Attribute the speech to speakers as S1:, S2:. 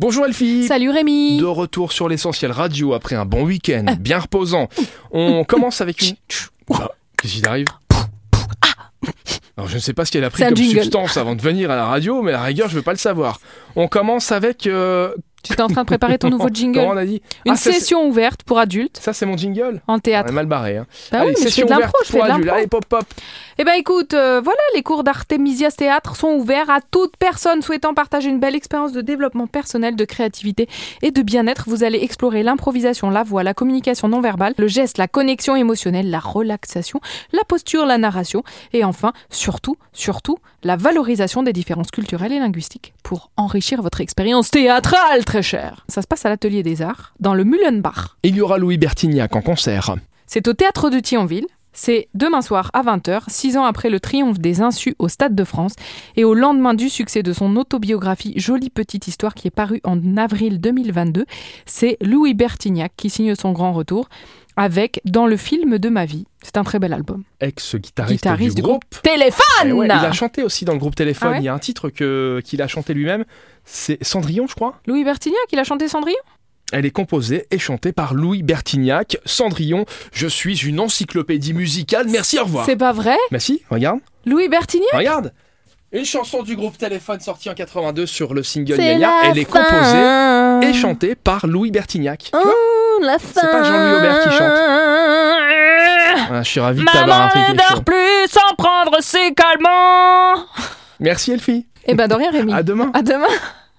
S1: Bonjour Elfie
S2: Salut Ah. Rémi
S1: De retour sur l'essentiel radio après un bon week-end, bien reposant. On commence avec une... Bah, Qu'est-ce qui t'arrive Alors je ne sais pas ce qu'elle a pris
S2: ah. C'est un
S1: comme
S2: jingle.
S1: substance avant de venir à la radio, mais à la rigueur je veux pas le savoir. On commence avec... euh,
S2: Tu étais en train de préparer ton nouveau
S1: Comment
S2: jingle.
S1: on a dit
S2: Une
S1: Ah, ça, c'est-
S2: session ouverte pour adultes
S1: Ça c'est mon jingle
S2: en
S1: On
S2: théâtre.
S1: est mal barré. Hein.
S2: Bah
S1: Allez,
S2: oui, mais je fais
S1: session
S2: de
S1: ouverte
S2: l'impro, je fais
S1: pour
S2: de
S1: adultes.
S2: l'impro.
S1: Allez, pop pop
S2: Eh ben écoute, euh, voilà, les cours d'Artemisias Théâtre sont ouverts à toute personne souhaitant partager une belle expérience de développement personnel, de créativité et de bien-être. Vous allez explorer l'improvisation, la voix, la communication non verbale, le geste, la connexion émotionnelle, la relaxation, la posture, la narration et enfin, surtout, surtout, la valorisation des différences culturelles et linguistiques pour enrichir votre expérience théâtrale, très chère. Ça se passe à l'Atelier des Arts, dans le Mullenbach.
S1: Il y aura Louis Bertignac en concert.
S2: C'est au théâtre de Thionville. C'est demain soir à 20h, six ans après le triomphe des Insus au Stade de France et au lendemain du succès de son autobiographie Jolie Petite Histoire qui est parue en avril 2022. C'est Louis Bertignac qui signe son grand retour avec Dans le film de ma vie. C'est un très bel album.
S1: Ex-guitariste
S2: Guitariste
S1: du
S2: du
S1: groupe.
S2: Téléphone
S1: Eh ouais, il a chanté aussi dans le groupe Téléphone.
S2: Ah ouais
S1: il y a un titre que- qu'il a chanté lui-même. C'est Cendrillon, je crois.
S2: Louis Bertignac, il a chanté Cendrillon
S1: Elle est composée et chantée par Louis Bertignac. Cendrillon, je suis une encyclopédie musicale. Merci, au revoir.
S2: C'est pas vrai
S1: Mais si, regarde,
S2: Louis Bertignac
S1: regarde. Une chanson du groupe Téléphone sortie en 82 sur le single
S2: C'est
S1: Yaya.
S2: la
S1: Elle est
S2: fin.
S1: composée et chantée par Louis Bertignac. Tu vois
S2: Oh, la
S1: C'est pas Jean-Louis Aubert qui
S2: chante.
S1: Ah, je suis ravi que t'as
S2: Maman
S1: un truc
S2: ne dort plus sans prendre ses calmants.
S1: Merci Elfie.
S2: Eh ben, de rien, Rémi.
S1: À demain.
S2: À demain.